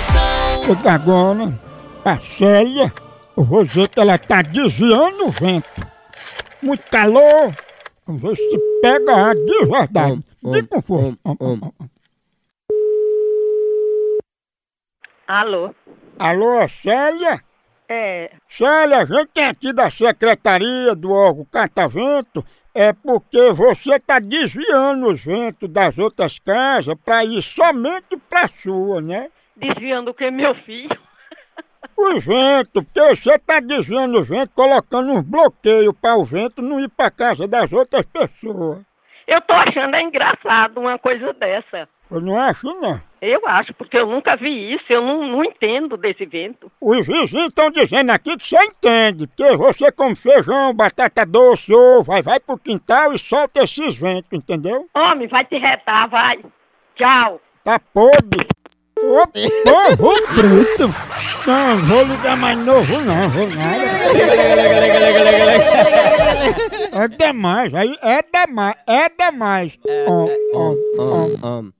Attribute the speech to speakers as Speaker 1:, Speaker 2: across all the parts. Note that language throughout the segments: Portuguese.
Speaker 1: Você da gola, a Célia, o Roseta, ela tá desviando o vento. Muito calor, vê se pega a de verdade. De conforto.
Speaker 2: Alô?
Speaker 1: Alô, é Célia?
Speaker 2: É,
Speaker 1: Célia, a gente é aqui da secretaria do órgão Catavento é porque você tá desviando os ventos das outras casas para ir somente pra sua, né?
Speaker 2: desviando o que meu filho?
Speaker 1: O vento, porque você tá desviando o vento, colocando um bloqueio para o vento não ir pra casa das outras pessoas.
Speaker 2: Eu tô achando é engraçado uma coisa dessa.
Speaker 1: Eu não acho, não.
Speaker 2: Eu acho, porque eu nunca vi isso, eu não, não entendo desse vento.
Speaker 1: Os vizinhos estão dizendo aqui que você entende, porque você come feijão, batata doce, ovo, vai, vai pro quintal e solta esses ventos, entendeu?
Speaker 2: Homem, vai te retar, vai. Tchau.
Speaker 1: Tá podre. Ô, povo bruto! Não, vou ligar mais novo não, vou não. É demais, aí é demais, é demais. Ó, ó, ó.
Speaker 3: Um,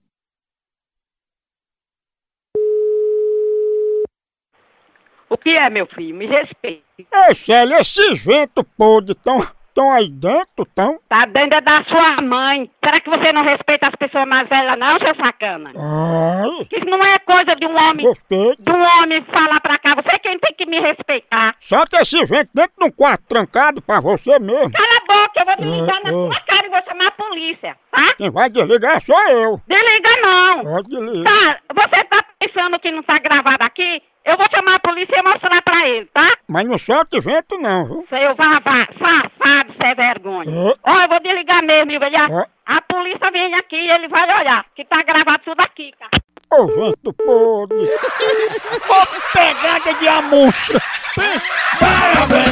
Speaker 2: O que é, meu filho? Me respeite.
Speaker 1: Ei, É, Célia, esses ventos podres estão tão aí dentro, tão?
Speaker 2: Tá dentro da sua mãe. Será que você não respeita as pessoas mais velhas, não, seu sacana?
Speaker 1: Ai,
Speaker 2: Que não é coisa de um homem,
Speaker 1: respeito.
Speaker 2: de um homem falar pra cá. Você é quem tem que me respeitar.
Speaker 1: Solta esse vento dentro de um quarto trancado pra você mesmo.
Speaker 2: Cala a boca, eu vou desligar
Speaker 1: Ah,
Speaker 2: na
Speaker 1: ah.
Speaker 2: sua cara e vou chamar a polícia, tá?
Speaker 1: Quem vai desligar sou eu.
Speaker 2: Desliga não.
Speaker 1: Pode desligar.
Speaker 2: Tá, você tá pensando que não tá gravado aqui? Eu vou chamar a polícia e mostrar pra ele, tá?
Speaker 1: Mas não solta vento não, viu?
Speaker 2: Seu vavá, safado, sem vergonha.
Speaker 1: Hã?
Speaker 2: Ó, eu vou desligar mesmo, viu? Ele-
Speaker 1: Hã?
Speaker 2: A, a polícia vem aqui e ele vai olhar, que tá gravado tudo aqui, cara.
Speaker 1: Ô vento podre. Ô pegada de amostra. Parabéns.